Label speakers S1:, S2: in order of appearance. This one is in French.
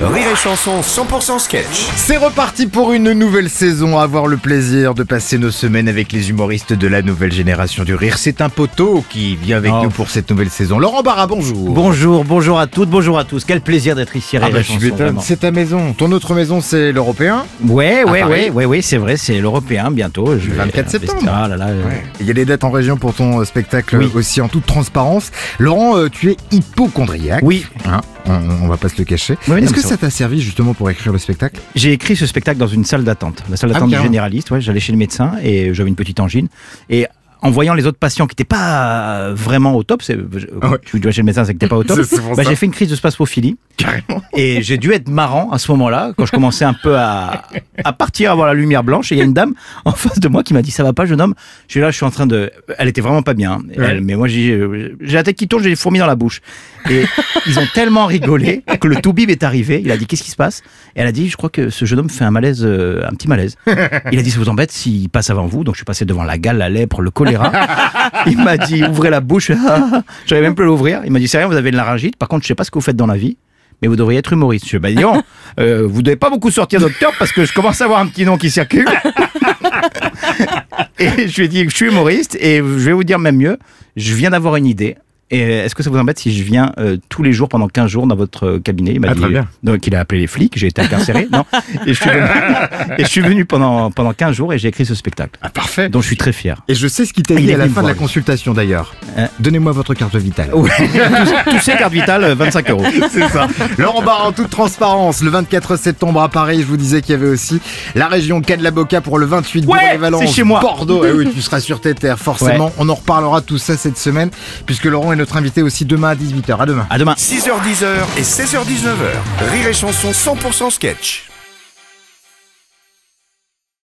S1: Rire et Chanson 100% sketch.
S2: C'est reparti pour une nouvelle saison. Avoir le plaisir de passer nos semaines avec les humoristes de la nouvelle génération du rire. C'est un poteau qui vient avec
S3: Oh.
S2: nous pour cette nouvelle saison. Laurent Barra, bonjour.
S3: Bonjour, bonjour à toutes, bonjour à tous. Quel plaisir d'être ici.
S2: Ah
S3: Rire
S2: bah,
S3: et
S2: je
S3: Chanson,
S2: suis étonné.
S3: vraiment.
S2: C'est ta maison. Ton autre maison, c'est l'Européen.
S3: Ouais, ouais,
S2: Paris.
S3: ouais, ouais, ouais, c'est vrai, c'est l'européen bientôt. Je vais
S2: 24
S3: investir.
S2: septembre.
S3: Ah là là. euh,
S2: Il y a des dates en région pour ton euh, spectacle
S3: Oui.
S2: aussi en toute transparence. Laurent, euh, tu es hypochondriaque.
S3: Oui,
S2: Hein, on, on va pas se le cacher.
S3: Oui, non,
S2: Est-ce
S3: mais
S2: que
S3: c'est
S2: ça t'a servi justement pour écrire le spectacle
S3: j'ai écrit ce spectacle dans une salle d'attente, la salle
S2: Ah,
S3: d'attente du
S2: carrément.
S3: généraliste. Ouais, j'allais chez le médecin et j'avais une petite angine et en voyant les autres patients qui n'étaient pas vraiment au top, c'est,
S2: Ah ouais.
S3: tu vas chez le médecin, c'est que t'es pas au top.
S2: C'est souvent
S3: Bah,
S2: ça.
S3: j'ai fait une crise de spasmophilie.
S2: Carrément.
S3: Et j'ai dû être marrant à ce moment-là, quand je commençais un peu à, à partir, à voir la lumière blanche. Et il y a une dame en face de moi qui m'a dit Ça va pas, jeune homme Je suis là, je suis en train de. Elle était vraiment pas bien. hein.
S2: Ouais.
S3: Elle- mais moi, j'ai j'ai la tête qui tourne, j'ai des fourmis dans la bouche. Et ils ont tellement rigolé que le toubib est arrivé. Il a dit Qu'est-ce qui se passe Et elle a dit Je crois que ce jeune homme fait un malaise, euh, un petit malaise. Il a dit Ça vous embête s'il passe avant vous Donc je suis passé devant la gale, la lèpre, le choléra. Il m'a dit ouvrez la bouche. J'avais même plus à l'ouvrir. Il m'a dit c'est rien, vous avez de laryngite. Par contre, je sais pas ce que vous faites dans la vie. Mais vous devriez être humoriste. Je dis, bah dis donc, euh, vous devez pas beaucoup sortir docteur parce que je commence à avoir un petit nom qui circule. et je lui ai dit, je suis humoriste et je vais vous dire même mieux, je viens d'avoir une idée. Et est-ce que ça vous embête si je viens euh, tous les jours pendant 15 jours dans votre euh, cabinet Il m'a
S2: Ah,
S3: dit euh,
S2: très bien.
S3: donc, il a appelé les flics, j'ai été incarcéré. non. Et je suis venu, et je suis venu pendant, pendant 15 jours et j'ai écrit ce spectacle,
S2: Ah, parfait.
S3: dont je suis très fier.
S2: Et je sais ce qui t'a
S3: Ah, il
S2: dit
S3: est
S2: à la
S3: venu me
S2: fin de la
S3: voir, lui.
S2: consultation d'ailleurs.
S3: Hein
S2: Donnez-moi votre carte vitale.
S3: Ouais. Tous- tous ces cartes vitales, euh, 25 euros.
S2: C'est ça. Laurent Barra en toute transparence. Le 24 septembre à Paris, je vous disais qu'il y avait aussi la région Cannes la Boca pour le 28
S3: Ouais,
S2: Bourg-les-Valence,
S3: c'est chez moi.
S2: Bordeaux. Eh oui, tu seras sur tes terres, forcément. On en reparlera tout ça cette semaine, puisque Laurent est notre invité aussi demain à 18h. À demain.
S3: À demain.
S1: 6h10 et 16h19h. Rire et Chanson 100% sketch.